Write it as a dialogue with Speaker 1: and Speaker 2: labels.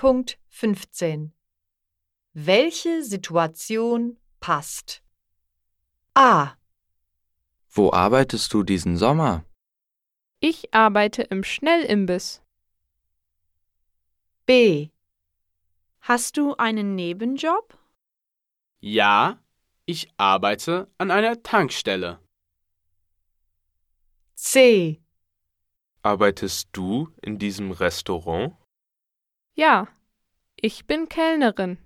Speaker 1: 2.15 Welche Situation passt? A.
Speaker 2: Wo arbeitest du diesen Sommer?
Speaker 3: Ich arbeite im Schnellimbiss.
Speaker 1: B.
Speaker 4: Hast du einen Nebenjob?
Speaker 5: Ja, ich arbeite an einer Tankstelle.
Speaker 1: C.
Speaker 6: Arbeitest du in diesem Restaurant?
Speaker 3: Ja, ich bin Kellnerin.